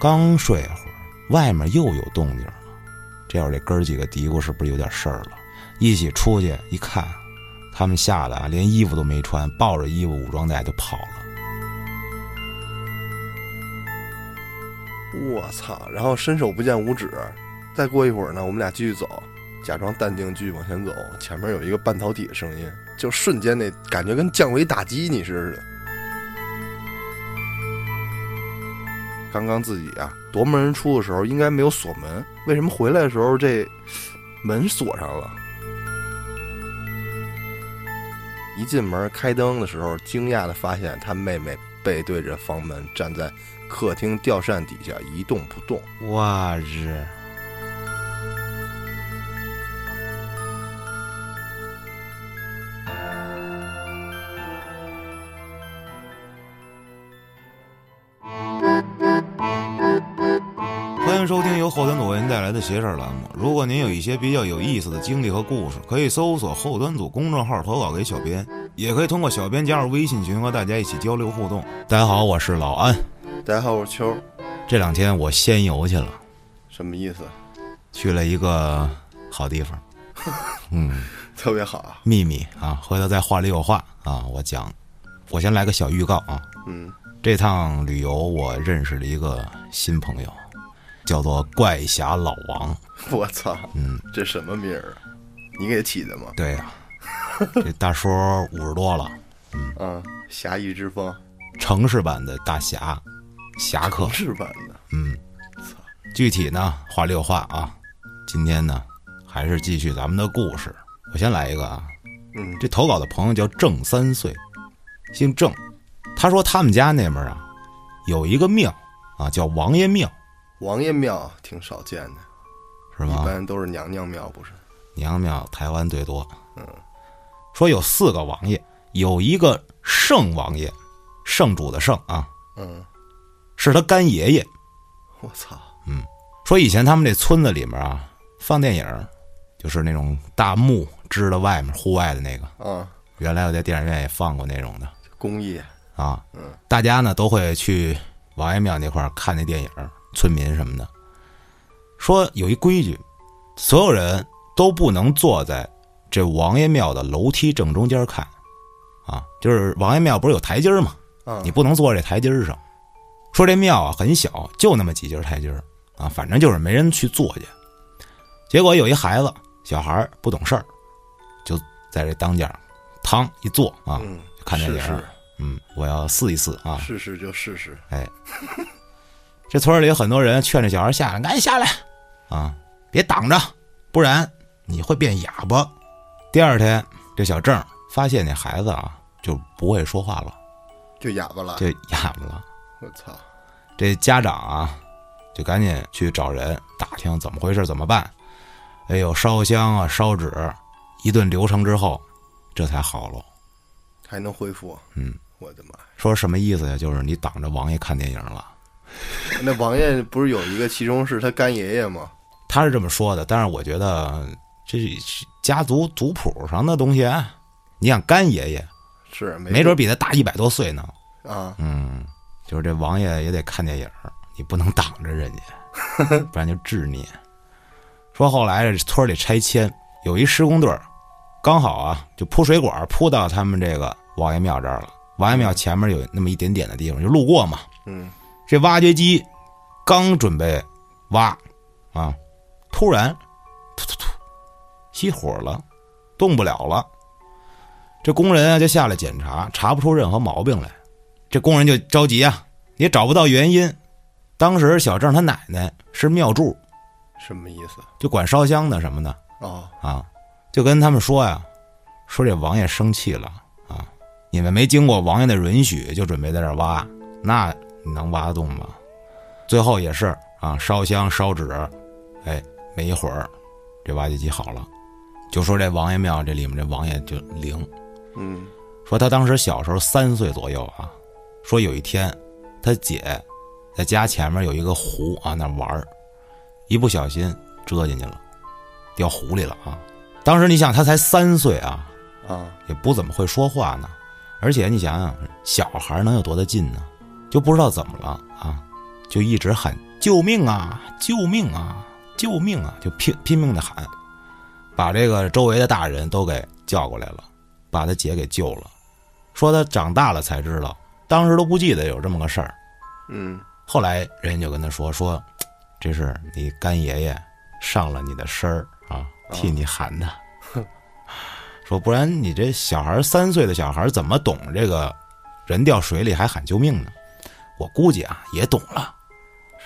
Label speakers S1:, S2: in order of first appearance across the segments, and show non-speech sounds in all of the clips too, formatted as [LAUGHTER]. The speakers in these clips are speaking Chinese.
S1: 刚睡会儿，外面又有动静了。这会儿这哥儿几个嘀咕是不是有点事儿了？一起出去一看，他们吓得啊，连衣服都没穿，抱着衣服武装带就跑了。
S2: 我操！然后伸手不见五指。再过一会儿呢，我们俩继续走，假装淡定，继续往前走。前面有一个半导体的声音，就瞬间那感觉跟降维打击你似的。刚刚自己啊夺门而出的时候，应该没有锁门，为什么回来的时候这门锁上了？一进门开灯的时候，惊讶的发现他妹妹背对着房门站在客厅吊扇底下一动不动。
S1: 哇日！欢迎收听由后端组为您带来的“邪事儿”栏目。如果您有一些比较有意思的经历和故事，可以搜索后端组公众号投稿给小编，也可以通过小编加入微信群和大家一起交流互动。大家好，我是老安。
S2: 大家好，我是秋，
S1: 这两天我仙游去了，
S2: 什么意思？
S1: 去了一个好地方，嗯，
S2: 特别好啊，
S1: 秘密啊，回头再话里有话啊，我讲。我先来个小预告啊，
S2: 嗯， [LAUGHS]
S1: 这趟旅游我认识了一个新朋友，叫做怪侠老王。
S2: 我操，
S1: 嗯，
S2: 这什么名儿啊？你给起的吗？
S1: 对呀、这大叔五十多了，
S2: 嗯，侠义之风，
S1: 城市版的大侠，侠客
S2: 不。是版的。
S1: 嗯
S2: 操，
S1: 具体呢，话里有话啊。今天呢，还是继续咱们的故事。我先来一个啊，
S2: 嗯，
S1: 这投稿的朋友叫郑三岁，姓郑。他说他们家那边啊，有一个庙啊，叫王爷庙，
S2: 王爷庙挺少见的，
S1: 是
S2: 一
S1: 吗？
S2: 般都是娘娘庙，不是？
S1: 娘庙台湾最多。
S2: 嗯，
S1: 说有四个王爷，有一个圣王爷，圣主的圣啊，
S2: 嗯，
S1: 是他干爷爷。
S2: 我操，
S1: 说以前他们这村子里面啊，放电影儿，就是那种大幕支到外面户外的那个。
S2: 啊，
S1: 原来我在电影院也放过那种的
S2: 公益，
S1: 啊。
S2: 嗯，
S1: 大家呢都会去王爷庙那块儿看那电影儿，村民什么的。说有一规矩，所有人都不能坐在这王爷庙的楼梯正中间看，啊，就是王爷庙不是有台阶儿吗？
S2: 啊，
S1: 你不能坐这台阶儿上。说这庙啊很小，就那么几节台阶儿啊，反正就是没人去坐去。结果有一孩子小孩儿不懂事儿，就在这当间儿，嘡一坐啊，
S2: 嗯，
S1: 就看电影儿。嗯，我要试一试啊。
S2: 试试试试就试试，
S1: 这村儿里有很多人劝这小孩下来，赶紧下来啊，别挡着，不然你会变哑巴。第二天，这小郑发现那孩子啊就不会说话了，
S2: 就哑巴了。
S1: 就哑巴了。
S2: 我操，
S1: 这家长啊，就赶紧去找人打听怎么回事，怎么办？哎呦，烧香啊，烧纸，一顿流程之后，这才好了。
S2: 还能恢复？
S1: 嗯，
S2: 我的妈呀！
S1: 说什么意思呀？就是你挡着王爷看电影了。
S2: 那王爷不是有一个，其中是他干爷爷吗？
S1: 他是这么说的，但是我觉得这是家族族谱上的东西啊。你想干爷爷，
S2: 是，没
S1: 没准比他大一百多岁呢。
S2: 啊，
S1: 嗯，就是这王爷也得看电影儿，你不能挡着人家，不然就治你。说后来这村里拆迁，有一施工队儿，刚好啊就铺水管儿铺到他们这个王爷庙这儿了。王爷庙前面有那么一点点的地方，就路过嘛。
S2: 嗯，
S1: 这挖掘机刚准备挖，啊，突然，突突突，熄火了，动不了了。这工人啊就下来检查，查不出任何毛病来。这工人就着急啊，也找不到原因。当时小郑他奶奶是庙祝，
S2: 什么意思？
S1: 就管烧香的什么的
S2: 哦，
S1: 啊，就跟他们说呀，说这王爷生气了啊，你们没经过王爷的允许就准备在这儿挖，那你能挖得动吗？最后也是啊，烧香烧纸，哎，没一会儿，这挖掘机好了，就说这王爷庙这里面这王爷就灵，
S2: 嗯，
S1: 说他当时小时候三岁左右啊，说有一天他姐在家前面有一个湖啊，那玩儿，一不小心折进去了，掉湖里了啊。当时你想他才三岁啊，
S2: 啊，
S1: 也不怎么会说话呢，而且你想想，小孩能有多大劲呢？就不知道怎么了啊，就一直喊救命啊！救命啊！救命啊！就拼拼命的喊，把这个周围的大人都给叫过来了，把他姐给救了。说他长大了才知道，当时都不记得有这么个事儿。
S2: 嗯，
S1: 后来人家就跟他说说，这是你干爷爷上了你的身儿啊，替你喊的。说不然你这小孩儿三岁的小孩儿怎么懂这个人掉水里还喊救命呢？我估计啊也懂了。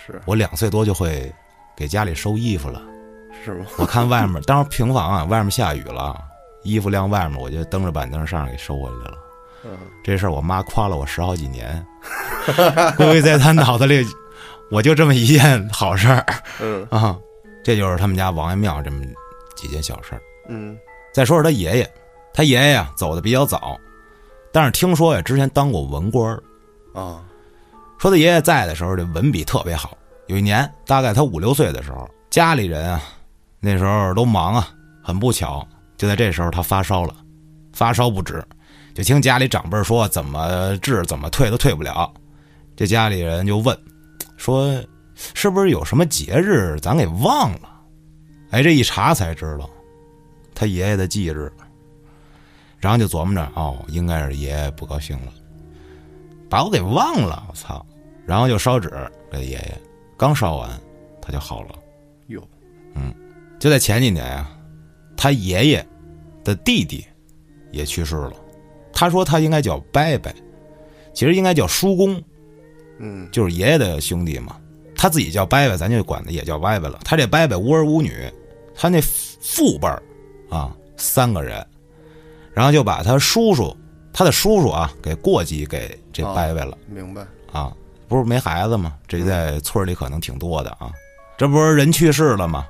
S2: 是
S1: 我两岁多就会给家里收衣服了。
S2: 是吗？
S1: 我看外面，当时平房啊，外面下雨了，衣服晾外面，我就蹬着板凳上给收回来了。
S2: 嗯，
S1: 这事儿我妈夸了我十好几年，估计在她脑子里，我就这么一件好事儿
S2: 嗯
S1: 啊。这就是他们家王爷庙这么几件小事儿。
S2: 嗯，
S1: 再说说他爷爷，他爷爷啊走的比较早，但是听说呀之前当过文官儿，
S2: 啊，
S1: 说他爷爷在的时候，这文笔特别好。有一年，大概他五六岁的时候，家里人啊，那时候都忙啊，很不巧，就在这时候他发烧了，发烧不止，就听家里长辈说怎么治怎么退都退不了。这家里人就问，说是不是有什么节日咱给忘了？哎，这一查才知道，他爷爷的忌日。然后就琢磨着，哦，应该是爷爷不高兴了，把我给忘了，我操！然后就烧纸给爷爷，刚烧完他就好了。嗯
S2: 哟，
S1: 就在前几年啊，他爷爷的弟弟也去世了。他说他应该叫伯伯，其实应该叫叔公，
S2: 嗯
S1: 就是爷爷的兄弟嘛。他自己叫伯伯，咱就管他也叫伯伯了。他这伯伯无儿无女，他那父父辈儿啊三个人，然后就把他叔叔，他的叔叔啊给过继给这伯伯了。
S2: 明白，
S1: 啊，不是没孩子吗？这在村里可能挺多的啊。这不是人去世了吗？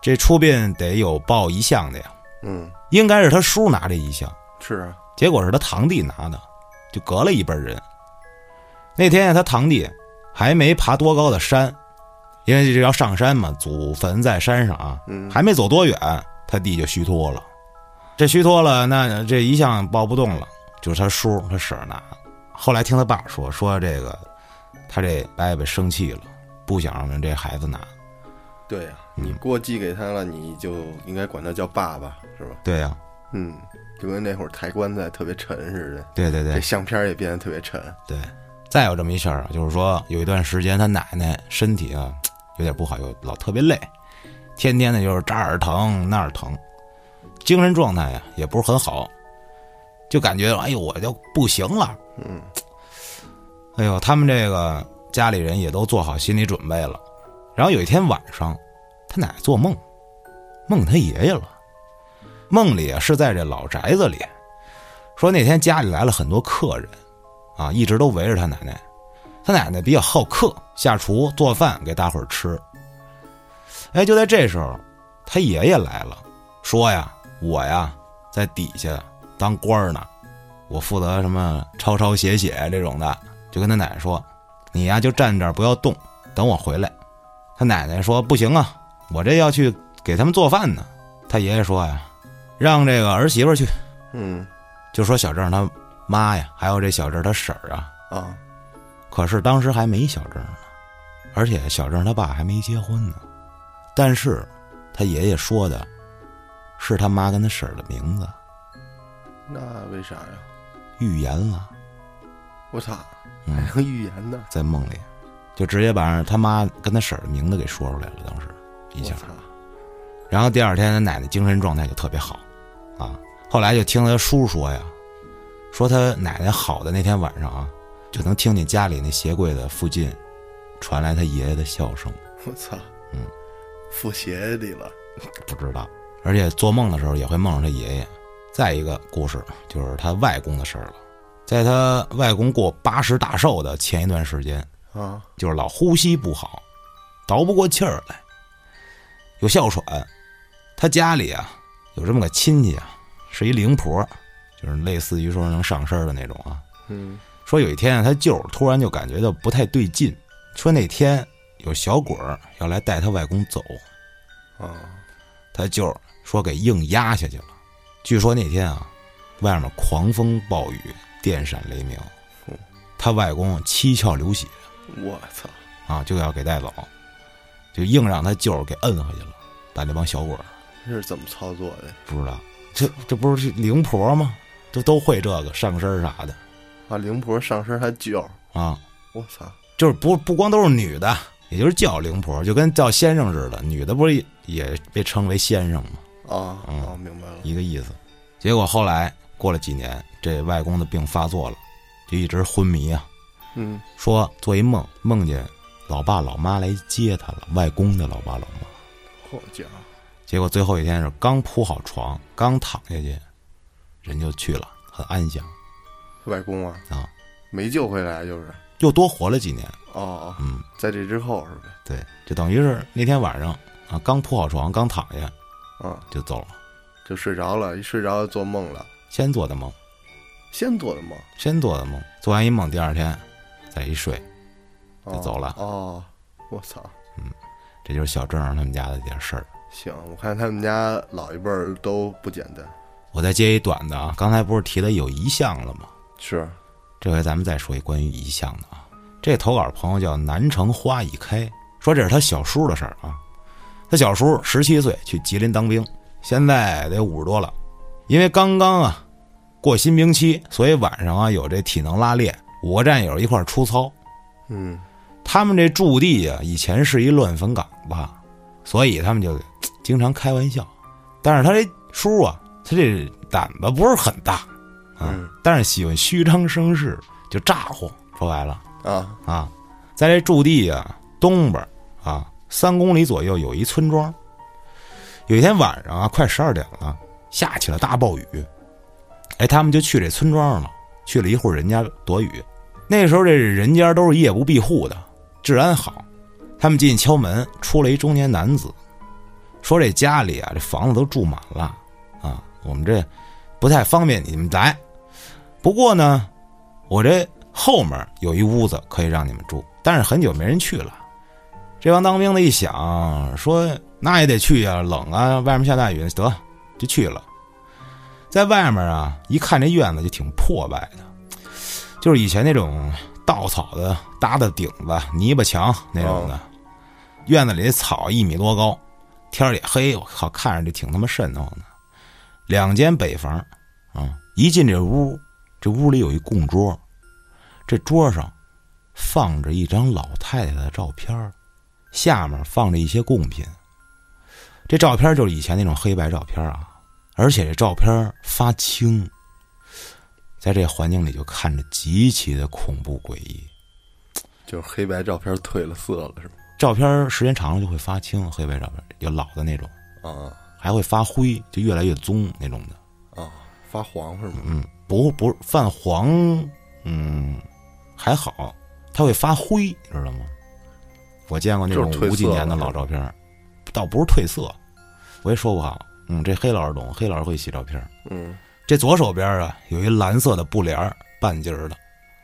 S1: 这出殡得有报遗像的呀，
S2: 嗯，
S1: 应该是他叔拿这遗像，
S2: 是啊，
S1: 结果是他堂弟拿的，就隔了一辈人。那天呀他堂弟还没爬多高的山，因为这要上山嘛，祖坟在山上啊，
S2: 嗯，
S1: 还没走多远，他弟就虚脱了。这虚脱了，那这一向抱不动了，就是他叔他婶儿拿。后来听他爸说，说这个他这伯伯生气了，不想让这孩子拿。
S2: 对呀，你过继给他了，你就应该管他叫爸爸，是吧？
S1: 对呀、
S2: 嗯，就跟那会儿抬棺材特别沉似的，
S1: 对对
S2: 这
S1: 对
S2: 相片也变得特别沉。
S1: 对。再有这么一事儿啊，就是说有一段时间他奶奶身体啊有点不好，又老特别累，天天的就是这儿疼那儿疼，精神状态呀、也不是很好，就感觉哎呦我就不行了，
S2: 嗯
S1: 哎呦，他们这个家里人也都做好心理准备了。然后有一天晚上，他奶奶做梦，梦他爷爷了。梦里啊是在这老宅子里，说那天家里来了很多客人，啊，一直都围着他奶奶。他奶奶比较好客，下厨做饭给大伙儿吃。哎，就在这时候，他爷爷来了，说呀，我呀在底下当官儿呢，我负责什么抄抄写写这种的。就跟他奶奶说：“你呀就站这儿不要动，等我回来。”他奶奶说：“不行啊，我这要去给他们做饭呢。”他爷爷说：“呀，让这个儿媳妇儿去，
S2: 嗯
S1: 就说小郑他妈呀，还有这小郑他婶儿啊。
S2: 啊，
S1: 可是当时还没小郑呢，而且小郑他爸还没结婚呢。但是，他爷爷说的是他妈跟他婶儿的名字，
S2: 那为啥呀？
S1: 预言了。”
S2: 我操，
S1: 嗯
S2: 还能预言 [LAUGHS] 呢？
S1: 在梦里，就直接把他妈跟他婶儿的名字给说出来了。当时一
S2: 我
S1: 下，
S2: 操，
S1: 然后第二天，他奶奶精神状态就特别好，啊，后来就听他叔说呀，说他奶奶好的那天晚上啊，就能听见家里那鞋柜的附近传来他爷爷的笑声，
S2: 我操，
S1: 嗯，
S2: 附鞋里了。
S1: 不知道，而且做梦的时候也会梦着他爷爷。再一个故事就是他外公的事儿了，在他外公过八十大寿的前一段时间，
S2: 啊，
S1: 就是老呼吸不好，倒不过气儿来，有哮喘。他家里啊有这么个亲戚啊，是一灵婆，就是类似于说能上身的那种啊。
S2: 嗯，
S1: 说有一天啊他舅儿突然就感觉到不太对劲，说那天有小鬼儿要来带他外公走，
S2: 啊，
S1: 他舅儿说给硬压下去了。据说那天啊，外面狂风暴雨，电闪雷鸣
S2: 嗯，
S1: 他外公七窍流血
S2: 我操，
S1: 啊，就要给带走。就硬让他舅儿给摁回去了，把那帮小鬼儿
S2: 这是怎么操作的？
S1: 不知道，这这不是灵婆吗？这都会这个上身儿啥的
S2: 啊，灵婆上身还叫，
S1: 啊，
S2: 我操！
S1: 就是不不光都是女的，也就是叫灵婆，就跟叫先生似的，女的不是也也被称为先生吗？
S2: 啊
S1: 嗯
S2: 啊，明白了。
S1: 一个意思。结果后来过了几年，这外公的病发作了，就一直昏迷啊。
S2: 嗯，
S1: 说做一梦，梦见老爸老妈来接他了，外公的老爸老妈。
S2: 好家伙，
S1: 结果最后一天是刚铺好床，刚躺下去，人就去了，啊很安详
S2: 外公啊，
S1: 啊，
S2: 没救回来就是。
S1: 又多活了几年。
S2: 哦，
S1: 嗯，
S2: 在这之后是呗？
S1: 对，就等于是那天晚上啊，刚铺好床，刚躺下
S2: 啊，
S1: 就走了。
S2: 就睡着了，一睡着就做梦了，
S1: 先做的梦，
S2: 先做的梦，
S1: 先做的梦，做完一梦，第二天再一睡，
S2: 哦
S1: 就走了
S2: 哦，我操！
S1: 这就是小郑他们家的点事儿。
S2: 行，我看他们家老一辈儿都不简单。
S1: 我再接一短的啊，刚才不是提的有遗像了吗？
S2: 是，
S1: 这回咱们再说一关于遗像的啊。这投稿朋友叫南城花已开，说这是他小叔的事儿啊。他小叔十七岁去吉林当兵，现在得五十多了，因为刚刚啊过新兵期，所以晚上啊有这体能拉练，五个战友一块儿出操。
S2: 嗯，
S1: 他们这驻地啊以前是一乱坟岗子，所以他们就经常开玩笑。但是他这叔啊，他这胆子不是很大，啊
S2: 嗯
S1: 但是喜欢虚张声势，就咋呼。说白了
S2: 啊，
S1: 啊，在这驻地啊东边啊三公里左右有一村庄。有一天晚上啊，快十二点了，下起了大暴雨。哎，他们就去这村庄了，去了一户人家躲雨。那时候这人家都是夜不闭户的，治安好。他们进去敲门，出来一中年男子，说这家里啊，这房子都住满了啊，我们这不太方便你们来。不过呢，我这后面有一屋子可以让你们住，但是很久没人去了。这帮当兵的一想，说那也得去呀、冷啊，外面下大雨，得就去了。在外面啊，一看这院子就挺破败的，就是以前那种稻草的搭的顶子、泥巴墙那种的。院子里的草一米多高，天儿也黑，我靠，看着就挺他妈瘆得慌的。两间北房，啊，一进这屋，这屋里有一供桌，这桌上放着一张老太太的照片儿，下面放着一些贡品。这照片就是以前那种黑白照片啊，而且这照片发青，在这环境里就看着极其的恐怖诡异。
S2: 就是黑白照片褪了色了是吧？
S1: 照片时间长了就会发青，黑白照片有老的那种，
S2: 啊
S1: 还会发灰，就越来越棕那种的。
S2: 啊，发黄是吗？
S1: 嗯，不不泛黄，嗯，还好，它会发灰，你知道吗？我见过那种
S2: 就是褪色了
S1: 五几年的老照片儿，倒不是褪色，我也说不好。嗯，这黑老师懂，黑老师会洗照片儿。
S2: 嗯，
S1: 这左手边啊有一蓝色的布帘儿，半截儿的，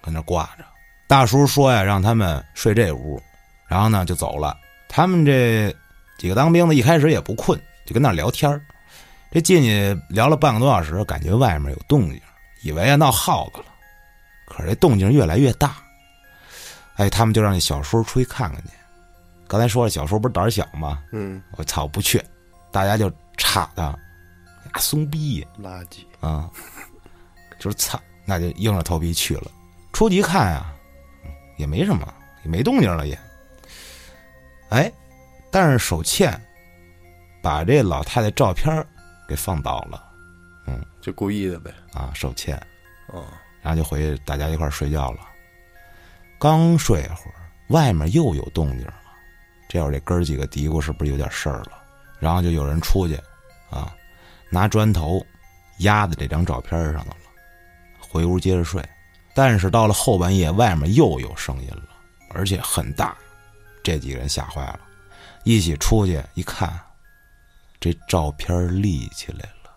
S1: 跟那挂着。大叔说呀，让他们睡这屋，然后呢就走了。他们这几个当兵的，一开始也不困，就跟那儿聊天儿。这进去聊了半个多小时，感觉外面有动静，以为啊闹耗子了，可是这动静越来越大。哎，他们就让那小叔出去看看去。刚才说了，小叔不是胆儿小吗？
S2: 嗯，
S1: 我操，不去！大家就插他，啊，怂逼呀！
S2: 嗯垃圾。
S1: 啊，就是操，那就硬着头皮去了。出去一看啊，也没什么，也没动静了也。哎，但是手欠把这老太太照片儿给放倒了
S2: 就故意的呗。
S1: 啊，手欠，
S2: 啊，
S1: 然后就回去大家一块儿睡觉了。刚睡一会儿，外面又有动静了。这会儿这哥儿几个嘀咕是不是有点事儿了？然后就有人出去啊，拿砖头压在这张照片上了，回屋接着睡。但是到了后半夜，外面又有声音了，而且很大，这几个人吓坏了，一起出去一看，这照片立起来了。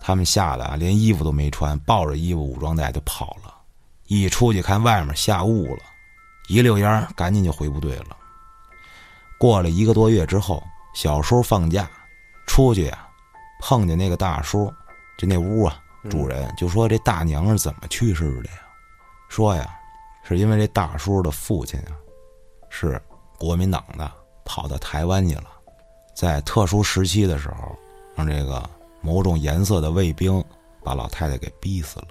S1: 他们吓得啊，连衣服都没穿，抱着衣服武装带就跑了。一出去看外面下雾了，一溜烟儿赶紧就回部队了。过了一个多月之后，小叔放假出去呀、碰见那个大叔，就那屋啊主人就说这大娘是怎么去世的呀？说呀，是因为这大叔的父亲啊是国民党的，跑到台湾去了。在特殊时期的时候，让这个某种颜色的卫兵把老太太给逼死了，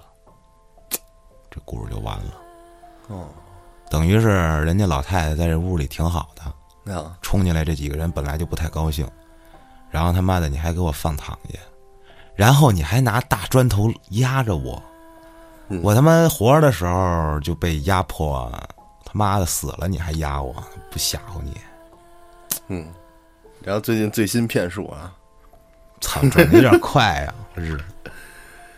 S1: 这故事就完了。
S2: 哦，
S1: 等于是人家老太太在这屋里挺好的，
S2: 那样
S1: 冲进来这几个人本来就不太高兴，然后他妈的你还给我放躺下，然后你还拿大砖头压着我，
S2: 嗯
S1: 我他妈活着的时候就被压迫，他妈的死了你还压我，不吓唬你，
S2: 嗯。然后最近最新骗术啊，
S1: 操，转的有
S2: [LAUGHS]
S1: 点快呀、啊，是，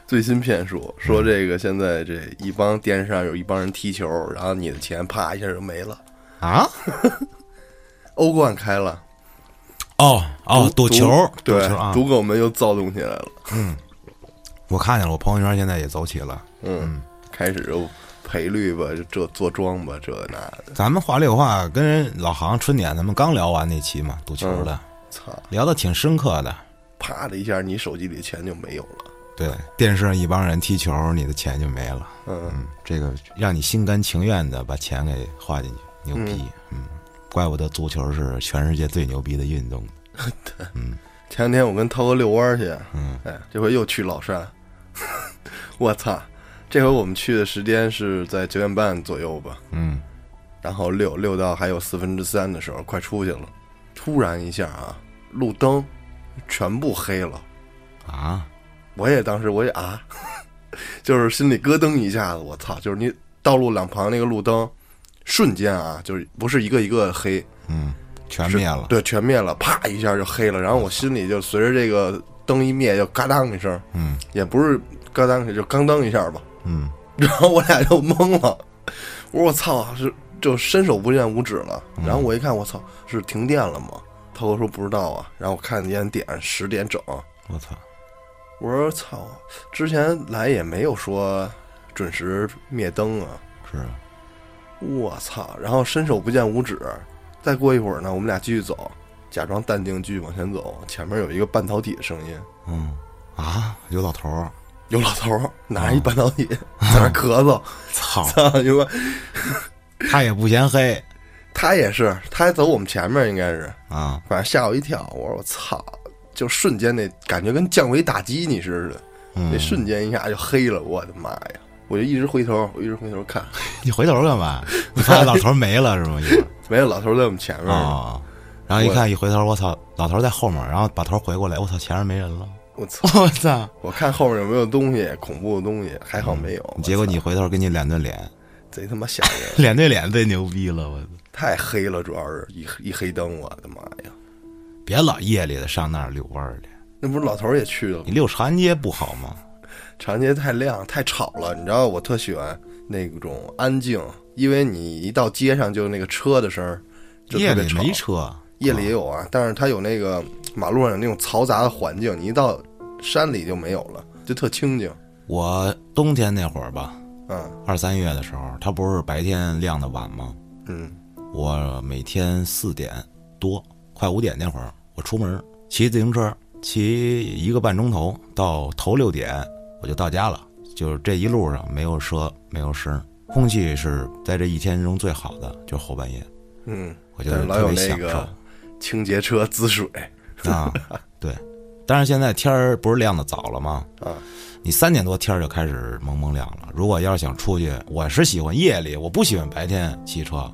S2: 最新骗术说这个现在这一帮电视上有一帮人踢球，然后你的钱啪一下就没了。
S1: 啊，
S2: 欧冠开了，
S1: 哦哦，赌
S2: 赌
S1: 球，赌
S2: 对
S1: 球啊，，
S2: 赌狗们又躁动起来了，
S1: 我看见了，我朋友圈现在也走起了。
S2: 嗯，开始又赔率吧，就这做庄吧，这那的，
S1: 咱们话里有话，跟人老行春点咱们刚聊完那期嘛，赌球的，
S2: 操，
S1: 聊的挺深刻的。
S2: 啪的一下，你手机里钱就没有了，
S1: 对，电视上一帮人踢球，你的钱就没了。
S2: 嗯，
S1: 嗯，这个让你心甘情愿的把钱给花进去，牛逼。嗯，怪不得足球是全世界最牛逼的运动。
S2: 前两天我跟涛哥遛弯儿去，
S1: 嗯，
S2: 哎，这回又去老山， [LAUGHS] 我操！这回我们去的时间是在九点半左右吧，
S1: 嗯，
S2: 然后遛遛到还有四分之三的时候，快出去了，突然一下啊，路灯全部黑了，
S1: 啊，
S2: 我也当时我也啊， [LAUGHS] 就是心里咯噔一下子，我操！就是你道路两旁那个路灯，瞬间啊，就是不是一个一个黑，
S1: 嗯，全
S2: 是
S1: 灭了。
S2: 对，全灭了，啪一下就黑了，然后我心里就随着这个灯一灭，就嘎当一声。
S1: 嗯
S2: 也不是嘎当一下，就刚当一下吧。 [LAUGHS]
S1: 嗯，
S2: 然后我俩就懵了，我说我操，是就伸手不见五指了。然后我一看，我操，是停电了吗？涛哥说不知道啊。然后我看了一眼点，十点整。
S1: 我操，
S2: 我说操，之前来也没有说准时灭灯啊。
S1: 是啊
S2: 我操！然后伸手不见五指。再过一会儿呢，我们俩继续走，假装淡定，继续往前走。前面有一个半导体的声音，
S1: 嗯啊，有老头儿，
S2: 有老头儿拿着一半导体
S1: 啊
S2: 在那咳
S1: [LAUGHS]
S2: 嗽，
S1: 操，
S2: 操你妈！
S1: 他也不嫌黑
S2: 他也是，他还走我们前面，应该是，
S1: 啊。
S2: 反正吓我一跳。我说我操，就瞬间那感觉跟降维打击你似的，
S1: 嗯
S2: 那瞬间一下就黑了，我的妈呀！我就一直回头，我一直回头看，
S1: 你回头干 [LAUGHS] 嘛？你发现老头没了 [LAUGHS] 是吗？一会儿
S2: 没有老头在我们前面，
S1: 啊、然后一看一回头，我操，老头在后面，然后把头回过来，我操，前面没人了，
S2: 我
S1: [LAUGHS]
S2: 操！
S1: 我操！
S2: 我看后面有没有东西，恐怖的东西，还好没有。
S1: 嗯结果
S2: 我操
S1: 你回头跟你脸对脸，
S2: 贼他妈吓人，
S1: [LAUGHS] 脸对脸最牛逼了，我操！
S2: 太黑了，主要是一一黑灯，我的妈呀！
S1: 别老夜里的上那儿遛弯儿去，
S2: 那不是老头儿也去了吗
S1: 你？遛长安街不好吗？
S2: 长街太亮太吵了，你知道我特喜欢那种安静，因为你一到街上就那个车的声儿，就
S1: 夜
S2: 特别
S1: 里
S2: 吵
S1: 没，车，
S2: 夜里也有啊，但是它有那个马路上有那种嘈杂的环境，你一到山里就没有了，就特清静。
S1: 我冬天那会儿吧，
S2: 嗯
S1: 二三月的时候，它不是白天亮的晚吗？
S2: 嗯
S1: 我每天四点多，快五点那会儿，我出门骑自行车，骑一个半钟头，到头六点我就到家了。就是这一路上没有车，没有声，空气是在这一天中最好的，就是后半夜，
S2: 嗯，
S1: 我觉得
S2: 但是老有
S1: 特别
S2: 那
S1: 享
S2: 个
S1: 受
S2: 清洁车滋水， [LAUGHS]
S1: 啊。对，但是现在天儿不是亮的早了吗？
S2: 啊，
S1: 你三点多天儿就开始蒙蒙亮了。如果要是想出去，我是喜欢夜里，我不喜欢白天骑车。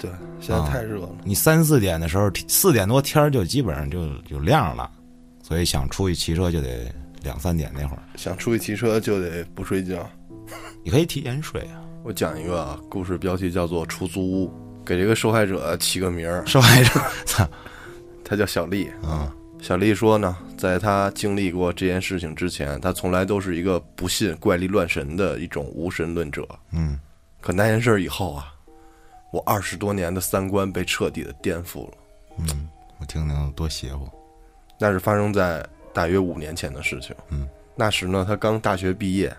S2: 对，现
S1: 啊
S2: 在太热了。
S1: 你三四点的时候，四点多天儿就基本上就就亮了，所以想出去骑车就得两三点那会儿。
S2: 想出去骑车就得不睡觉。
S1: 你可以提前睡啊，
S2: 我讲一个啊故事，标题叫做《出租屋》，给这个受害者起个名儿，
S1: 受害者，操，
S2: 他叫小丽。
S1: 嗯
S2: 小丽说呢，在她经历过这件事情之前，她从来都是一个不信怪力乱神的一种无神论者。
S1: 嗯，
S2: 可那件事儿以后啊，我二十多年的三观被彻底的颠覆了。
S1: 嗯， [LAUGHS] 我听听多邪乎，
S2: 那是发生在大约五年前的事情。
S1: 嗯，
S2: 那时呢，她刚大学毕业，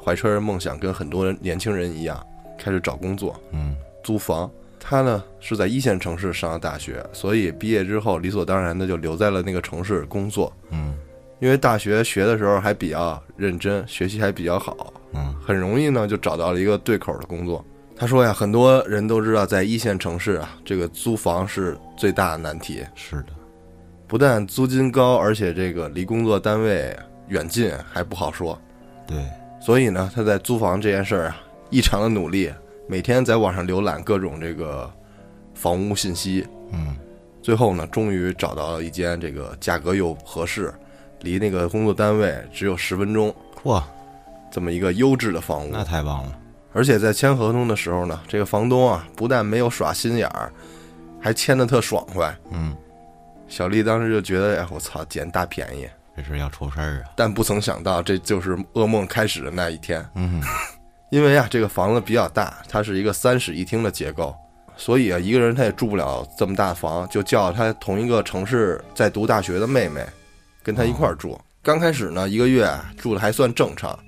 S2: 怀揣着梦想，跟很多人年轻人一样，开始找工作、
S1: 嗯
S2: 租房。她呢是在一线城市上的大学，所以毕业之后理所当然的就留在了那个城市工作。
S1: 嗯
S2: 因为大学学的时候还比较认真，学习还比较好，
S1: 嗯
S2: 很容易呢就找到了一个对口的工作。他说呀，很多人都知道，在一线城市啊，这个租房是最大的难题。
S1: 是的，
S2: 不但租金高，而且这个离工作单位远近还不好说。
S1: 对，
S2: 所以呢，他在租房这件事儿啊，异常的努力，每天在网上浏览各种这个房屋信息，
S1: 嗯，
S2: 最后呢，终于找到了一间这个价格又合适，离那个工作单位只有十分钟
S1: 哇，
S2: 这么一个优质的房屋。
S1: 那太棒了，
S2: 而且在签合同的时候呢，这个房东啊，不但没有耍心眼儿，还签的特爽快。
S1: 嗯，
S2: 小丽当时就觉得，哎，我操，捡大便宜。
S1: 这是要出事儿啊，
S2: 但不曾想到，这就是噩梦开始的那一天。
S1: 嗯，
S2: [LAUGHS] 因为啊，这个房子比较大，它是一个三室一厅的结构，所以啊，一个人他也住不了这么大房，就叫他同一个城市在读大学的妹妹，跟他一块儿
S1: 哦
S2: 住。刚开始呢，一个月啊住的还算正常，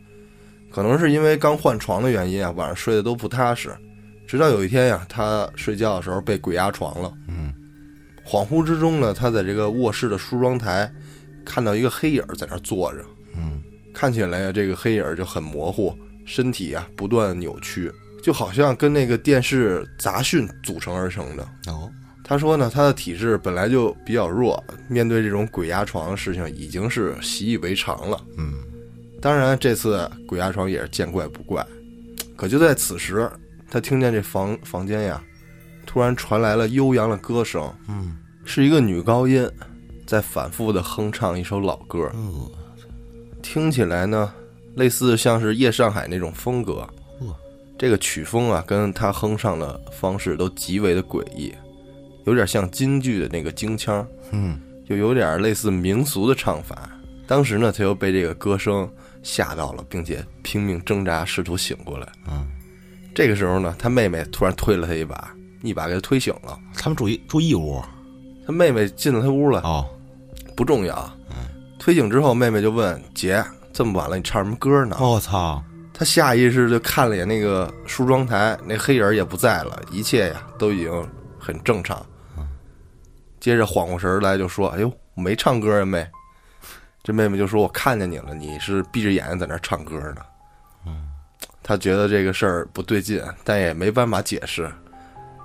S2: 可能是因为刚换床的原因啊，晚上睡得都不踏实。直到有一天呀、啊他睡觉的时候被鬼压床了。
S1: 嗯，
S2: 恍惚之中呢，他在这个卧室的梳妆台看到一个黑影儿在那儿坐着。
S1: 嗯，
S2: 看起来呀，这个黑影儿就很模糊，身体啊不断扭曲，就好像跟那个电视杂讯组成而成的。
S1: 哦，
S2: 他说呢，他的体质本来就比较弱，面对这种鬼压床的事情已经是习以为常了。
S1: 嗯，
S2: 当然，这次鬼压床也是见怪不怪。可就在此时，他听见这房房间呀，突然传来了悠扬的歌声，
S1: 嗯，
S2: 是一个女高音在反复的哼唱一首老歌。
S1: 呃，
S2: 听起来呢，类似像是夜上海那种风格
S1: 哦。
S2: 这个曲风啊，跟他哼唱的方式都极为的诡异，有点像京剧的那个京腔，
S1: 嗯，
S2: 又有点类似民俗的唱法。当时呢，他又被这个歌声吓到了，并且拼命挣扎，试图醒过来。
S1: 嗯，
S2: 这个时候呢，他妹妹突然推了他一把，一把给他推醒了。
S1: 他们住一住一屋，
S2: 他妹妹进了他屋了，
S1: 哦，
S2: 不重要。推醒之后，妹妹就问姐：“这么晚了，你唱什么歌呢？”
S1: 我哦操，
S2: 他下意识就看了眼那个梳妆台，那黑影儿也不在了，一切呀都已经很正常。接着缓过神儿来就说：“哎呦，没 [LAUGHS] 唱歌啊，妹。”这妹妹就说：“我看见你了，你是闭着眼在那儿唱歌呢。”他觉得这个事儿不对劲，但也没办法解释，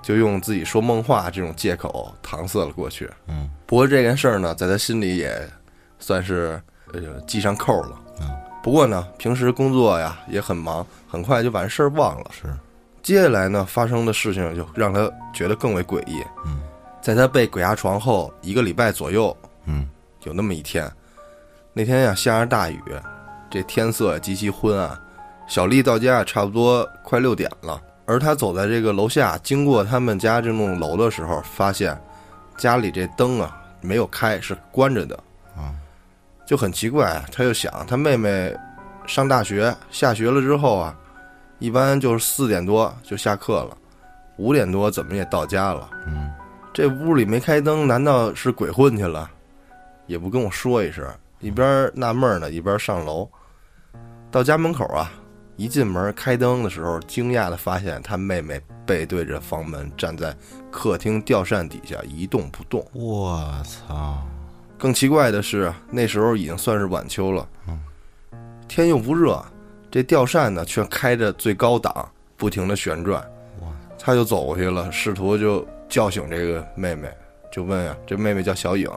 S2: 就用自己说梦话这种借口搪塞了过去。
S1: 嗯，
S2: 不过这件事儿呢，在他心里也算是呃系上扣了。不过呢，平时工作呀也很忙，很快就把这事儿忘了。
S1: 是，
S2: 接下来呢，发生的事情就让他觉得更为诡异。
S1: 嗯，
S2: 在他被鬼压床后一个礼拜左右，
S1: 嗯，
S2: 有那么一天，那天呀下着大雨，这天色极其昏暗。小丽到家差不多快六点了，而她走在这个楼下，经过他们家这栋楼的时候，发现家里这灯啊没有开，是关着的。
S1: 啊，
S2: 就很奇怪，他就想他妹妹上大学，下学了之后啊，一般就是四点多就下课了，五点多怎么也到家了。
S1: 嗯，
S2: 这屋里没开灯，难道是鬼混去了？也不跟我说一声，一边纳闷呢，一边上楼。到家门口啊，一进门开灯的时候，惊讶的发现他妹妹背对着房门，站在客厅吊扇底下一动不动。
S1: 我操，
S2: 更奇怪的是，啊那时候已经算是晚秋了，天又不热，这吊扇呢却开着最高档，不停的旋转
S1: 哇。
S2: 他就走过去了，试图就叫醒这个妹妹，就问啊，这妹妹叫小影，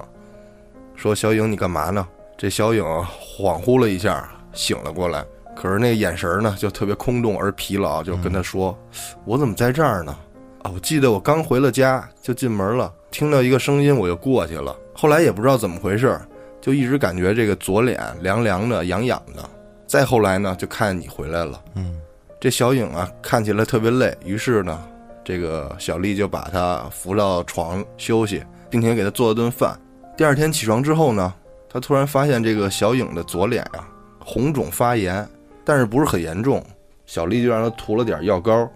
S2: 说小影你干嘛呢？这小影恍惚了一下，醒了过来，可是那眼神儿呢就特别空洞而疲劳，就跟他说，我怎么在这儿呢？啊，我记得我刚回了家就进门了，听到一个声音我就过去了。后来也不知道怎么回事儿，就一直感觉这个左脸凉凉的、痒痒的。再后来呢，就看见你回来了。
S1: 嗯，
S2: 这小影啊，看起来特别累，于是呢，这个小丽就把她扶到床休息，并且给她做了顿饭。第二天起床之后呢，她突然发现这个小影的左脸啊红肿发炎，但是不是很严重。小丽就让她涂了点药膏。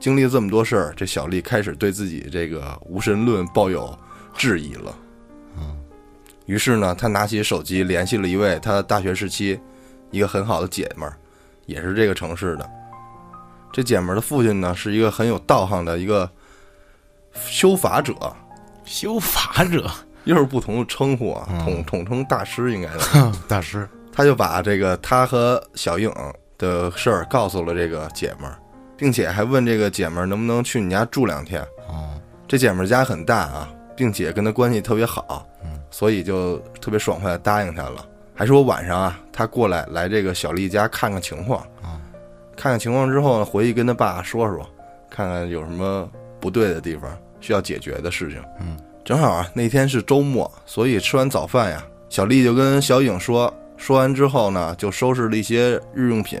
S2: 经历这么多事儿，这小丽开始对自己这个无神论抱有质疑了。
S1: 嗯，
S2: 于是呢，她拿起手机联系了一位她大学时期一个很好的姐们儿，也是这个城市的。这姐们儿的父亲呢，是一个很有道行的一个修法者，
S1: 修法者
S2: 又是不同的称呼啊，
S1: 嗯
S2: 统统称大师应该是。
S1: [LAUGHS] 大师，
S2: 他就把这个他和小影的事儿告诉了这个姐们儿，并且还问这个姐们儿能不能去你家住两天。
S1: 哦，
S2: 这姐们儿家很大啊，并且跟她关系特别好，所以就特别爽快的答应她了，还说晚上啊，她过来来这个小丽家看看情况，
S1: 啊
S2: 看看情况之后呢，回去跟她爸说说，看看有什么不对的地方，需要解决的事情。
S1: 嗯，
S2: 正好啊，那天是周末，所以吃完早饭呀，小丽就跟小颖说，说完之后呢，就收拾了一些日用品，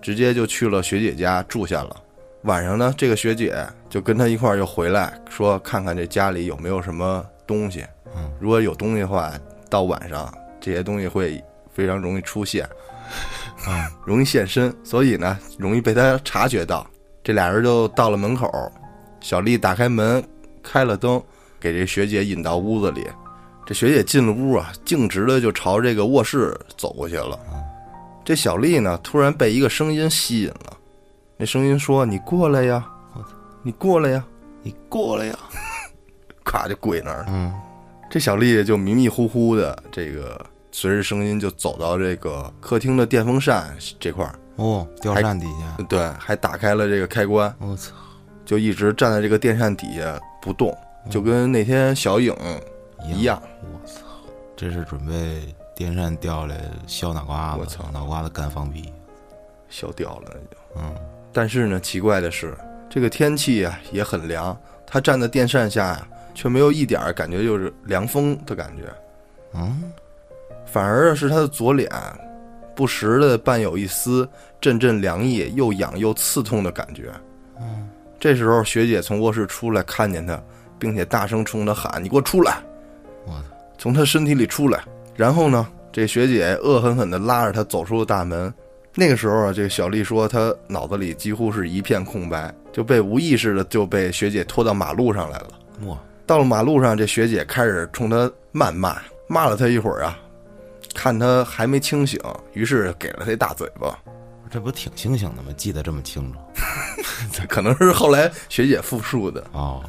S2: 直接就去了学姐家住下了。晚上呢，这个学姐就跟她一块儿又回来，说看看这家里有没有什么东西
S1: 嗯。
S2: 如果有东西的话，到晚上这些东西会非常容易出现，容易现身，所以呢，容易被她察觉到。这俩人就到了门口，小丽打开门，开了灯，给这学姐引到屋子里。这学姐进了屋啊，径直的就朝这个卧室走过去了。这小丽呢，突然被一个声音吸引了，那声音说：“你过来呀，你过来呀！”
S1: 你过来呀！
S2: 咵就跪那儿了。
S1: 嗯
S2: 这小丽就迷迷糊糊的，这个随着声音就走到这个客厅的电风扇这块儿，
S1: 哦，吊扇底下，
S2: 对，还打开了这个开关，
S1: 我操！
S2: 就一直站在这个电扇底下不动，就跟那天小影嗯一样。
S1: 我操！这是准备电扇掉下来削脑瓜子，
S2: 我操
S1: 脑瓜子干放屁。
S2: 消掉了那就。
S1: 嗯，
S2: 但是呢，奇怪的是，这个天气啊也很凉，他站在电扇下呀、却没有一点儿感觉就是凉风的感觉，
S1: 嗯，
S2: 反而是他的左脸，不时的伴有一丝阵阵凉意，又痒又刺痛的感觉。这时候学姐从卧室出来，看见他，并且大声冲他喊：“你给我出来！”
S1: 我操！
S2: 从他身体里出来。然后呢，这学姐恶狠狠地拉着他走出了大门。那个时候啊，这个小丽说她脑子里几乎是一片空白，就被无意识的就被学姐拖到马路上来了。
S1: 哇，
S2: 到了马路上，这学姐开始冲他谩骂，骂了他一会儿啊，看他还没清醒，于是给了他一大嘴巴。 [LAUGHS]
S1: 这不挺清醒的吗？记得这么清楚
S2: 可能是后来学姐复述的。
S1: [LAUGHS] 哦，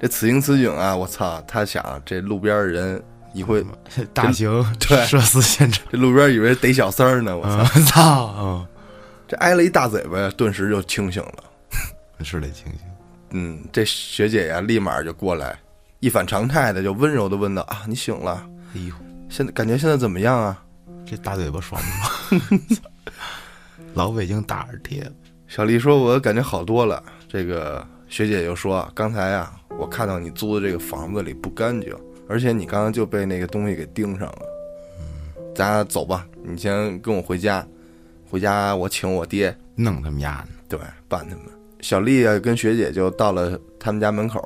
S2: 这此情此景啊，我操！他想这路边儿人，你会
S1: 大型 [LAUGHS]
S2: 对
S1: 社死现场，
S2: 这路边儿以为逮小三儿呢，我操！
S1: 我 [LAUGHS] 操！
S2: 这挨了一大嘴巴呀，顿时就清醒了。
S1: 嗯，是得清醒。
S2: 嗯，这学姐呀，立马就过来，一反常态的就温柔的问道：“啊，你醒了？
S1: 哎呦，
S2: 现在感觉现在怎么样啊
S1: 这大嘴巴爽吗？ [LAUGHS] 老北京大耳贴，？”
S2: 小丽说：“我感觉好多了。”这个学姐又说：“刚才啊，我看到你租的这个房子里不干净，而且你刚刚就被那个东西给盯上了。嗯咱俩走吧，你先跟我回家，回家我请我爹
S1: 弄他们丫的！
S2: 对，办他们。小丽啊，跟学姐就到了他们家门口，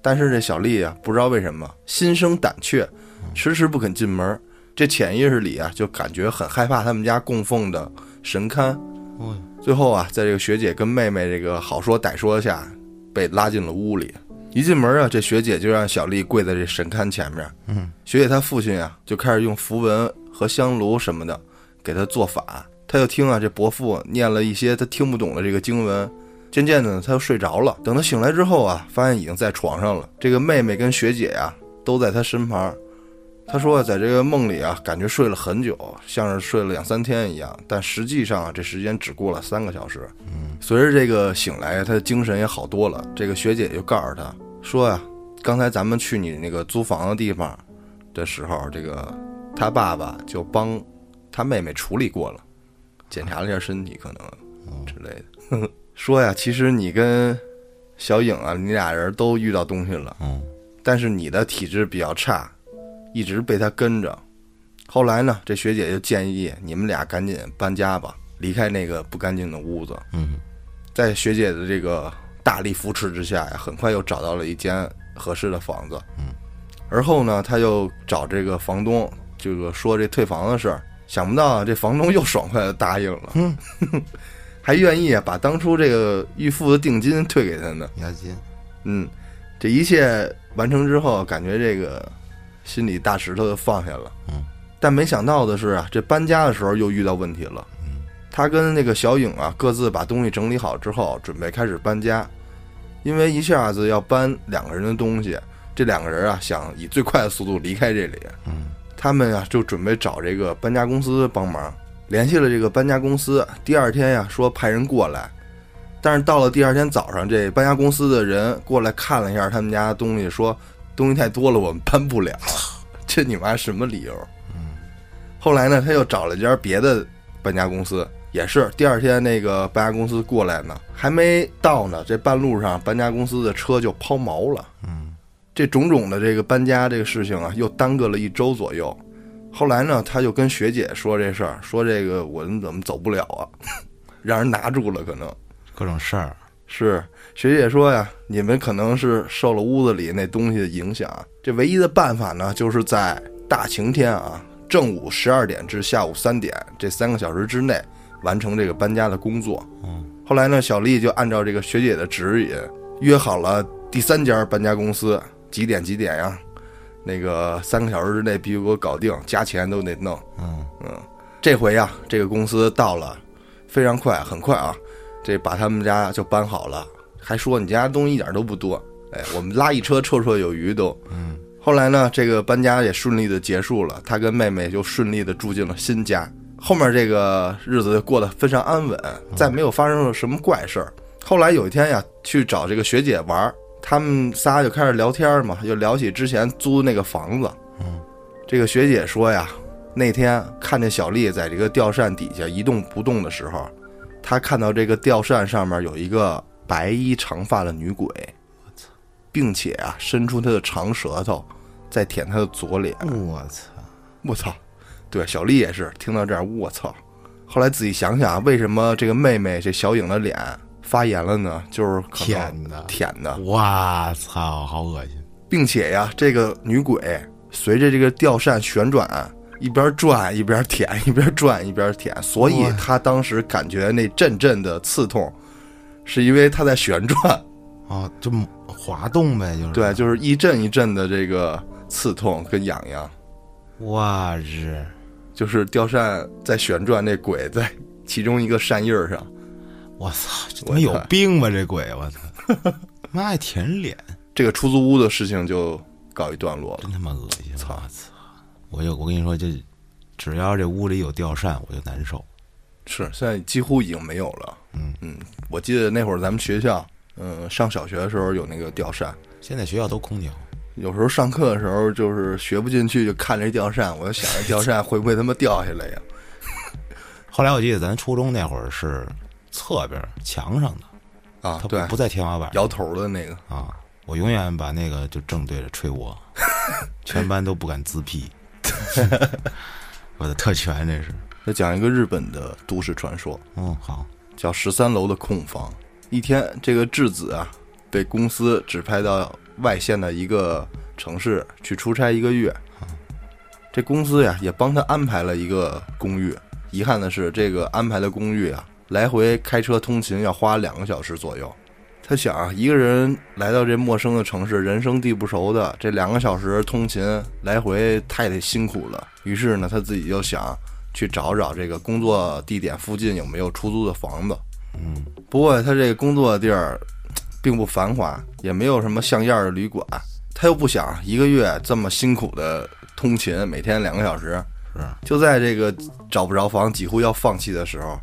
S2: 但是这小丽啊，不知道为什么心生胆怯，迟迟不肯进门。这潜意识里啊，就感觉很害怕他们家供奉的神龛。
S1: 哦，
S2: 最后啊，在这个学姐跟妹妹这个好说歹说下，被拉进了屋里。一进门啊，这学姐就让小丽跪在这神龛前面。
S1: 嗯，
S2: 学姐她父亲啊，就开始用符文和香炉什么的给她做法。她就听啊，这伯父念了一些她听不懂的这个经文。渐渐的，她就睡着了。等她醒来之后啊，发现已经在床上了。这个妹妹跟学姐啊，都在她身旁。她说啊，在这个梦里啊，感觉睡了很久，像是睡了两三天一样，但实际上啊，这时间只过了三个小时。随着这个醒来，他的精神也好多了。这个学姐就告诉他说呀、刚才咱们去你那个租房的地方的时候，这个他爸爸就帮他妹妹处理过了，检查了一下身体，可能之类的。 [LAUGHS] 说呀、其实你跟小颖啊，你俩人都遇到东西了，
S1: 嗯，
S2: 但是你的体质比较差，一直被他跟着。后来呢，这学姐就建议你们俩赶紧搬家吧，离开那个不干净的屋子。
S1: 嗯，
S2: 在学姐的这个大力扶持之下呀，很快又找到了一间合适的房子。嗯，而后呢，他又找这个房东，这个说这退房的事儿。想不到啊，这房东又爽快的答应了，嗯、 [LAUGHS] 还愿意啊把当初这个预付的定金退给他呢。
S1: 押金，
S2: 嗯，这一切完成之后，感觉这个心里大石头就放下了。
S1: 嗯，
S2: 但没想到的是啊，这搬家的时候又遇到问题了。嗯，他跟那个小颖啊，各自把东西整理好之后，准备开始搬家。因为一下子要搬两个人的东西，这两个人啊想以最快的速度离开这里。
S1: 嗯，
S2: 他们啊就准备找这个搬家公司帮忙，联系了这个搬家公司。第二天呀、说派人过来，但是到了第二天早上，这搬家公司的人过来看了一下他们家东西，说东西太多了，我们搬不了。 [LAUGHS] 这你妈什么理由？后来呢，他又找了一家别的搬家公司，也是第二天那个搬家公司过来呢，还没到呢，这半路上搬家公司的车就抛锚了。嗯，这种种的这个搬家这个事情啊，又耽搁了一周左右。后来呢，他就跟学姐说这事儿，说这个我们怎么走不了啊， [LAUGHS] 让人拿住了，可能
S1: 各种事儿，
S2: 是学姐说呀，你们可能是受了屋子里那东西的影响，啊这唯一的办法呢，就是在大晴天啊，正午十二点至下午三点这三个小时之内完成这个搬家的工作。
S1: 嗯，
S2: 后来呢，小丽就按照这个学姐的指引，约好了第三家搬家公司几点几点呀，那个三个小时之内必须给我搞定，加钱都得弄。
S1: 嗯
S2: 这回呀，这个公司到了，非常快，很快啊，这把他们家就搬好了，还说你家东西一点都不多，哎，我们拉一车绰绰有余都。
S1: 嗯。
S2: 后来呢，这个搬家也顺利的结束了，他跟妹妹就顺利的住进了新家。后面这个日子过得非常安稳，再没有发生什么怪事儿。后来有一天呀，去找这个学姐玩儿，他们仨就开始聊天儿嘛，就聊起之前租那个房子。
S1: 嗯，
S2: 这个学姐说呀，那天看见小丽在这个吊扇底下一动不动的时候，她看到这个吊扇上面有一个白衣长发的女鬼，并且啊伸出她的长舌头在舔她的左脸。
S1: 我操，
S2: 我操！对，小丽也是听到这儿，我操！后来仔细想想啊，为什么这个妹妹这小影的脸发炎了呢？就是可能
S1: 舔的
S2: 舔的，
S1: 我操，好恶心！
S2: 并且呀，这个女鬼随着这个吊扇旋转，一边转一边舔，一边转一边舔，所以她当时感觉那阵阵的刺痛，是因为她在旋转，
S1: 啊，就滑动呗，就是。
S2: 对，，就是一阵一阵的这个刺痛跟痒痒，
S1: 我日，
S2: 就是吊扇在旋转，那鬼在其中一个扇叶儿上。
S1: 我操，这他妈有病吧？这鬼，我操！ [LAUGHS] 妈爱舔脸，
S2: 这个出租屋的事情就告一段落了。
S1: 真他妈恶心！
S2: 操
S1: 我操！我就我跟你说，这只要这屋里有吊扇，我就难受。
S2: 是，现在几乎已经没有了。
S1: 嗯
S2: 我记得那会儿咱们学校，嗯，上小学的时候有那个吊扇，
S1: 现在学校都空调，
S2: 有时候上课的时候就是学不进去，就看这吊扇，我就想着吊扇会不会他妈掉下来呀？
S1: 后来我记得咱初中那会儿是侧边墙上的，
S2: 啊
S1: 它，
S2: 对
S1: 不，不在天花板
S2: 摇头的那个，
S1: 啊。我永远把那个就正对着吹我， [LAUGHS] 全班都不敢自闭。 [LAUGHS] 我的特权这是，
S2: 再讲一个日本的都市传说，
S1: 嗯，好，
S2: 叫十三楼的空房。一天，这个质子啊，被公司指派到外县的一个城市去出差一个月。这公司呀，也帮他安排了一个公寓。遗憾的是，这个安排的公寓啊，来回开车通勤要花两个小时左右。他想啊，一个人来到这陌生的城市，人生地不熟的，这两个小时通勤来回太得辛苦了。于是呢，他自己就想去找找这个工作地点附近有没有出租的房子。
S1: 嗯，
S2: 不过他这个工作的地儿并不繁华，也没有什么像样的旅馆。他又不想一个月这么辛苦的通勤，每天两个小时。
S1: 是
S2: 就在这个找不着房，几乎要放弃的时候，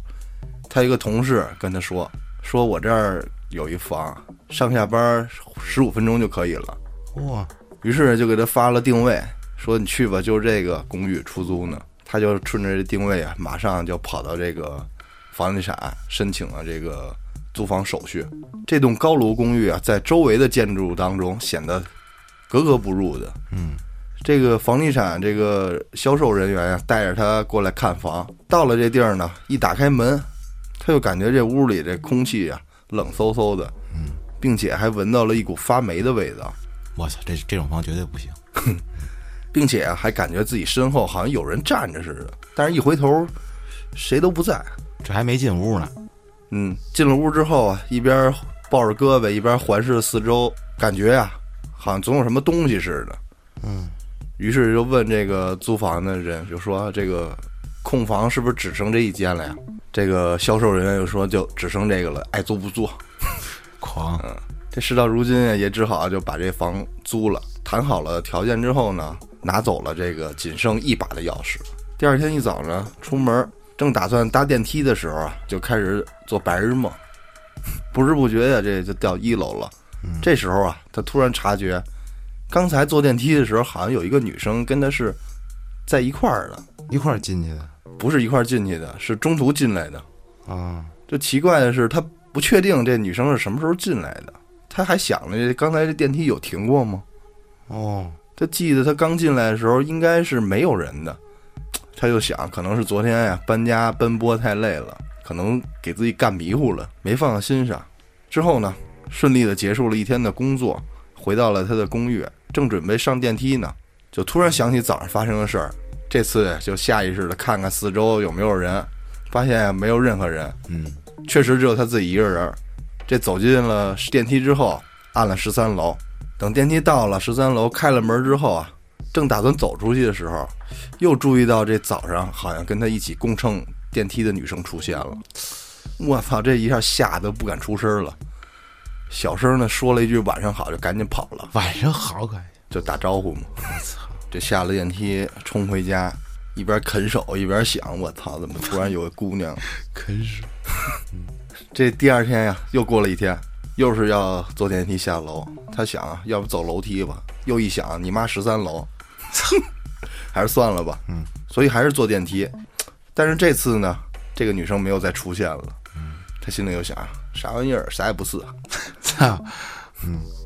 S2: 他一个同事跟他说：“说我这儿有一房，上下班十五分钟就可以了。
S1: 哇，”
S2: 于是就给他发了定位，说：“你去吧，就是这个公寓出租呢。”他就顺着这定位啊，马上就跑到这个房地产申请啊了这个租房手续。这栋高楼公寓啊，在周围的建筑当中显得格格不入的。
S1: 嗯，
S2: 这个房地产这个销售人员呀，带着他过来看房。到了这地儿呢，一打开门，他就感觉这屋里这空气啊冷飕飕的，并且还闻到了一股发霉的味道，
S1: 我操，这这种房绝对不行。
S2: 并且啊还感觉自己身后好像有人站着似的，但是一回头，谁都不在。
S1: 这还没进屋呢，
S2: 嗯，进了屋之后啊，一边抱着胳膊，一边环视四周，感觉呀、好像总有什么东西似的。
S1: 嗯，
S2: 于是就问这个租房的人，就说这个空房是不是只剩这一间了呀？这个销售人员就说就只剩这个了，爱租不租。
S1: 狂，
S2: 这事到如今啊，也只好就把这房租了。谈好了条件之后呢，拿走了这个仅剩一把的钥匙。第二天一早呢，出门正打算搭电梯的时候啊，就开始做白日梦。 [LAUGHS] 不知不觉呀，这就掉一楼了。这时候啊，他突然察觉，刚才坐电梯的时候，好像有一个女生跟他是在一块儿的，
S1: 一块儿进去的
S2: 不是一块儿进去的，是中途进来的。
S1: 啊，
S2: 就奇怪的是，他不确定这女生是什么时候进来的，他还想着刚才这电梯有停过吗？
S1: 哦，
S2: 他记得他刚进来的时候应该是没有人的，他就想可能是昨天呀、搬家奔波太累了，可能给自己干迷糊了，没放在心上。之后呢，顺利的结束了一天的工作，回到了他的公寓，正准备上电梯呢，就突然想起早上发生的事儿。这次就下意识的看看四周有没有人，发现没有任何人，
S1: 嗯，
S2: 确实只有他自己一个人儿。这走进了电梯之后，按了十三楼。等电梯到了十三楼，开了门之后啊，正打算走出去的时候，又注意到这早上好像跟他一起共乘电梯的女生出现了。我操！这一下吓得不敢出声了，小声的说了一句“晚上好”，就赶紧跑了，
S1: 晚上好可以，
S2: 就打招呼嘛。 [LAUGHS]
S1: 我操，
S2: 这下了电梯，冲回家，一边啃手一边想：我操，怎么突然有个姑娘？
S1: 啃手，
S2: 这第二天呀，又过了一天，又是要坐电梯下楼。他想啊，要不走楼梯吧？又一想，你妈十三楼，还是算了吧。
S1: 嗯，
S2: 所以还是坐电梯。但是这次呢，这个女生没有再出现了。他心里就想，啊啥玩意儿，啥也不是，啊
S1: 操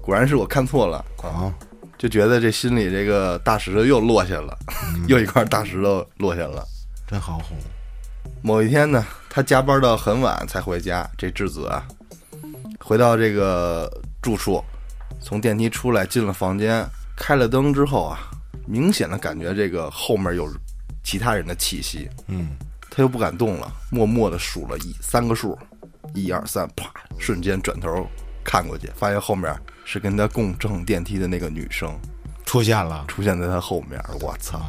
S2: 果然是我看错了啊！
S1: 啊，
S2: 就觉得这心里这个大石头又落下了，又一块大石头落下了。
S1: 真好哄，
S2: 某一天呢，他加班到很晚才回家。这质子啊，回到这个住处，从电梯出来，进了房间，开了灯之后啊，明显的感觉这个后面有其他人的气息，
S1: 嗯，
S2: 他又不敢动了，默默的数了一三个数，一二三，啪，瞬间转头看过去，发现后面是跟他共乘电梯的那个女生
S1: 出现了，
S2: 出现在他后面。我操！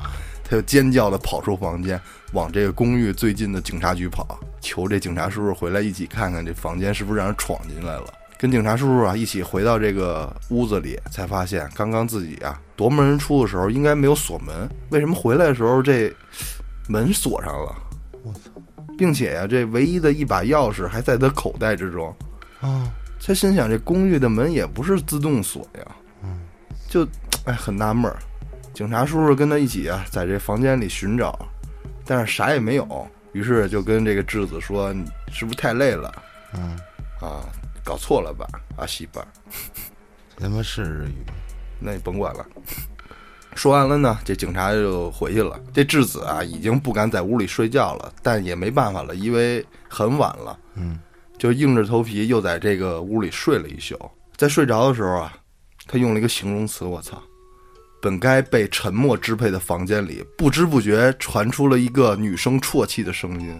S2: 他就尖叫的跑出房间，往这个公寓最近的警察局跑，求这警察叔叔回来一起看看这房间是不是让人闯进来了。跟警察叔叔啊一起回到这个屋子里，才发现刚刚自己啊夺门而出的时候应该没有锁门，为什么回来的时候这门锁上了？
S1: 我操
S2: 并且呀、这唯一的一把钥匙还在他口袋之中。
S1: 啊，
S2: 他心想，这公寓的门也不是自动锁呀，嗯，就哎很纳闷儿。警察叔叔跟他一起啊，在这房间里寻找，但是啥也没有。于是就跟这个质子说：“你是不是太累了
S1: 嗯，
S2: 啊？搞错了吧？啊，媳妇儿，
S1: 他妈是日语，
S2: 那你甭管了。” [LAUGHS] 说完了呢，这警察就回去了。这质子啊，已经不敢在屋里睡觉了，但也没办法了，因为很晚了。
S1: 嗯，
S2: 就硬着头皮又在这个屋里睡了一宿。在睡着的时候啊，他用了一个形容词，我操！本该被沉默支配的房间里，不知不觉传出了一个女生啜泣的声音。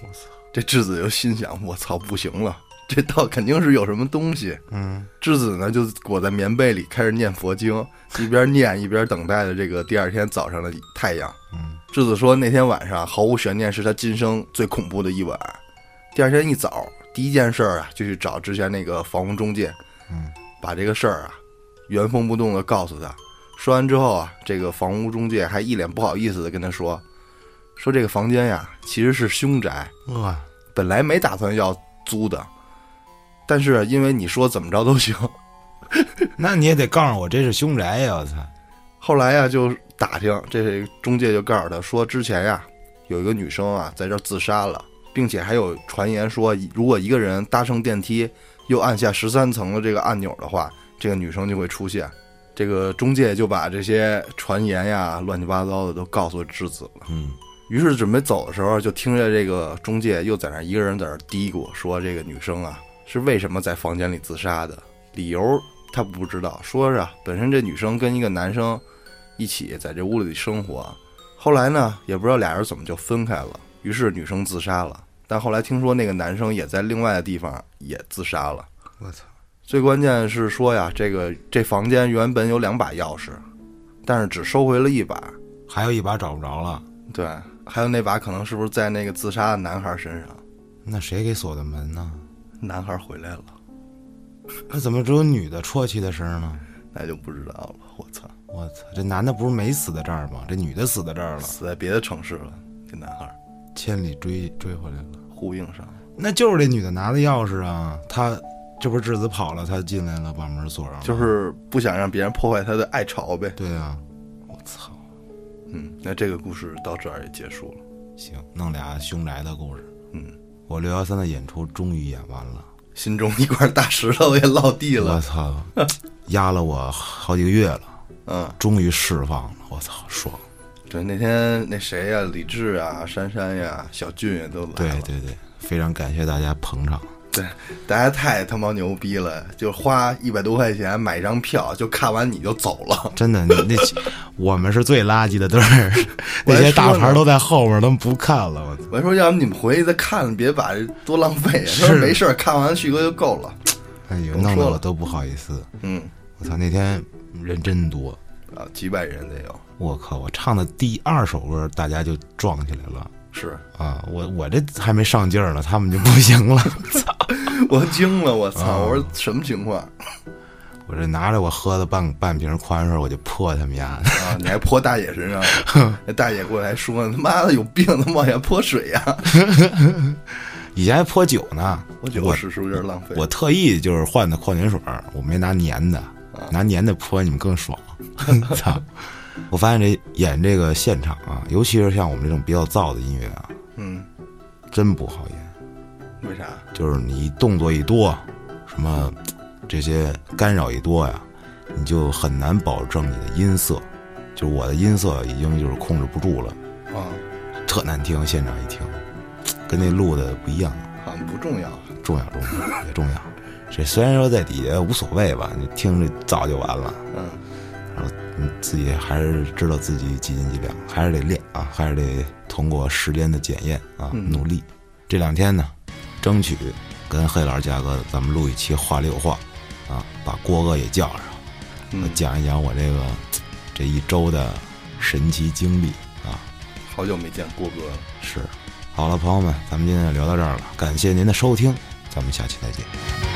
S1: 我操，
S2: 这质子就心想：我操，不行了，这道肯定是有什么东西。
S1: 嗯，
S2: 质子呢就裹在棉被里开始念佛经，一边念一边等待着这个第二天早上的太阳。
S1: 嗯，
S2: 质子说那天晚上毫无悬念是他今生最恐怖的一晚。第二天一早，第一件事儿啊就去找之前那个房屋中介，
S1: 嗯，
S2: 把这个事儿啊原封不动的告诉他。说完之后啊，这个房屋中介还一脸不好意思的跟他说，说这个房间呀其实是凶宅，
S1: 哇，
S2: 本来没打算要租的，但是啊因为你说怎么着都行，
S1: 那你也得告诉我这是凶宅呀，我操，
S2: 后来呀、就打听，这中介就告诉他说，之前呀、有一个女生啊在这儿自杀了，并且还有传言说，如果一个人搭乘电梯又按下十三层的这个按钮的话，这个女生就会出现。这个中介就把这些传言呀、乱七八糟的都告诉质子了。
S1: 嗯，
S2: 于是准备走的时候，就听见这个中介又在那儿一个人在那儿嘀咕，说这个女生啊是为什么在房间里自杀的，理由他不知道，说是啊本身这女生跟一个男生一起在这屋里生活，后来呢也不知道俩人怎么就分开了，于是女生自杀了，但后来听说那个男生也在另外的地方也自杀了。
S1: 我操，
S2: 最关键是说呀，这个这房间原本有两把钥匙，但是只收回了一把，
S1: 还有一把找不着了，
S2: 对，还有那把可能是不是在那个自杀的男孩身上？
S1: 那谁给锁的门呢？
S2: 男孩回来了，
S1: 那怎么只有女的啜泣的声儿呢？
S2: 那就不知道了。我操，
S1: 我操，这男的不是没死在这儿吗？这女的死在这儿了，
S2: 死在别的城市了，这男孩
S1: 千里追追回来了。
S2: 呼应上了。
S1: 那就是这女的拿的钥匙啊，她这不是质子跑了，她进来了，把门锁上了。
S2: 就是不想让别人破坏他的爱巢呗。
S1: 对啊，我操，
S2: 嗯，那这个故事到这儿也结束了。
S1: 行，弄俩凶宅的故事。
S2: 嗯，
S1: 我六幺三的演出终于演完了，
S2: 心中一块大石头也落地了。
S1: 我 [LAUGHS] 操，压了我好几个月了，
S2: 嗯，
S1: 终于释放了，我操，爽！
S2: 对，那天那谁呀、李志啊、珊珊呀、小俊也都
S1: 对
S2: 来了。
S1: 对对，非常感谢大家捧场。
S2: 对，大家太他妈牛逼了，就花一百多块钱买一张票，就看完你就走了。 [LAUGHS]
S1: 真的，那那我们是最垃圾的队儿， [LAUGHS] 那些大牌都在后面，他们不看了。我操，
S2: 我还说，要不你们回去再看，别把多浪费。 [LAUGHS]
S1: 是
S2: 他说没事儿，看完旭哥就够了。
S1: 哎呦，
S2: 甭说
S1: 弄得我
S2: 了
S1: 都不好意思。
S2: 嗯，
S1: 我操，那天人真多，
S2: 啊，几百人得有，
S1: 我靠，我唱的第二首歌大家就撞起来了
S2: 是 [LAUGHS]
S1: 啊！我我这还没上劲儿呢，他们就不行了。
S2: 我惊了，我操！
S1: 啊
S2: 我说什么情况 [LAUGHS]
S1: 我这拿着我喝的半半瓶矿泉水，我就泼他们家。 [LAUGHS]
S2: 啊？你还泼大爷身上？ [LAUGHS] 那大爷过来说：“他妈的有病，他妈往下泼水呀、
S1: 以前还泼酒呢，
S2: 我觉得
S1: 我
S2: 我是是不是有点浪费？
S1: 我特意就是换的矿泉水儿，我没拿粘的，拿粘的泼你们更爽。 [LAUGHS] 操！我发现这演这个现场啊，尤其是像我们这种比较燥的音乐啊，
S2: 嗯，
S1: 真不好演。
S2: 为啥？
S1: 就是你动作一多，什么这些干扰一多呀，你就很难保证你的音色。就是我的音色已经就是控制不住了，
S2: 啊，
S1: 特难听。现场一听，跟那录的不一样。
S2: 好像不重要。
S1: 重要重要 [LAUGHS] 也重要。这虽然说在底下无所谓吧，你听着早就完了，
S2: 嗯，
S1: 你自己还是知道自己几斤几两，还是得练啊，还是得通过时间的检验啊，
S2: 嗯
S1: 努力。这两天呢，争取跟黑老师、嘉哥咱们录一期话里有话啊，把郭哥也叫上，我
S2: 嗯
S1: 讲一讲我这个这一周的神奇经历啊。
S2: 好久没见郭哥了。
S1: 是，好了，朋友们，咱们今天就聊到这儿了，感谢您的收听，咱们下期再见。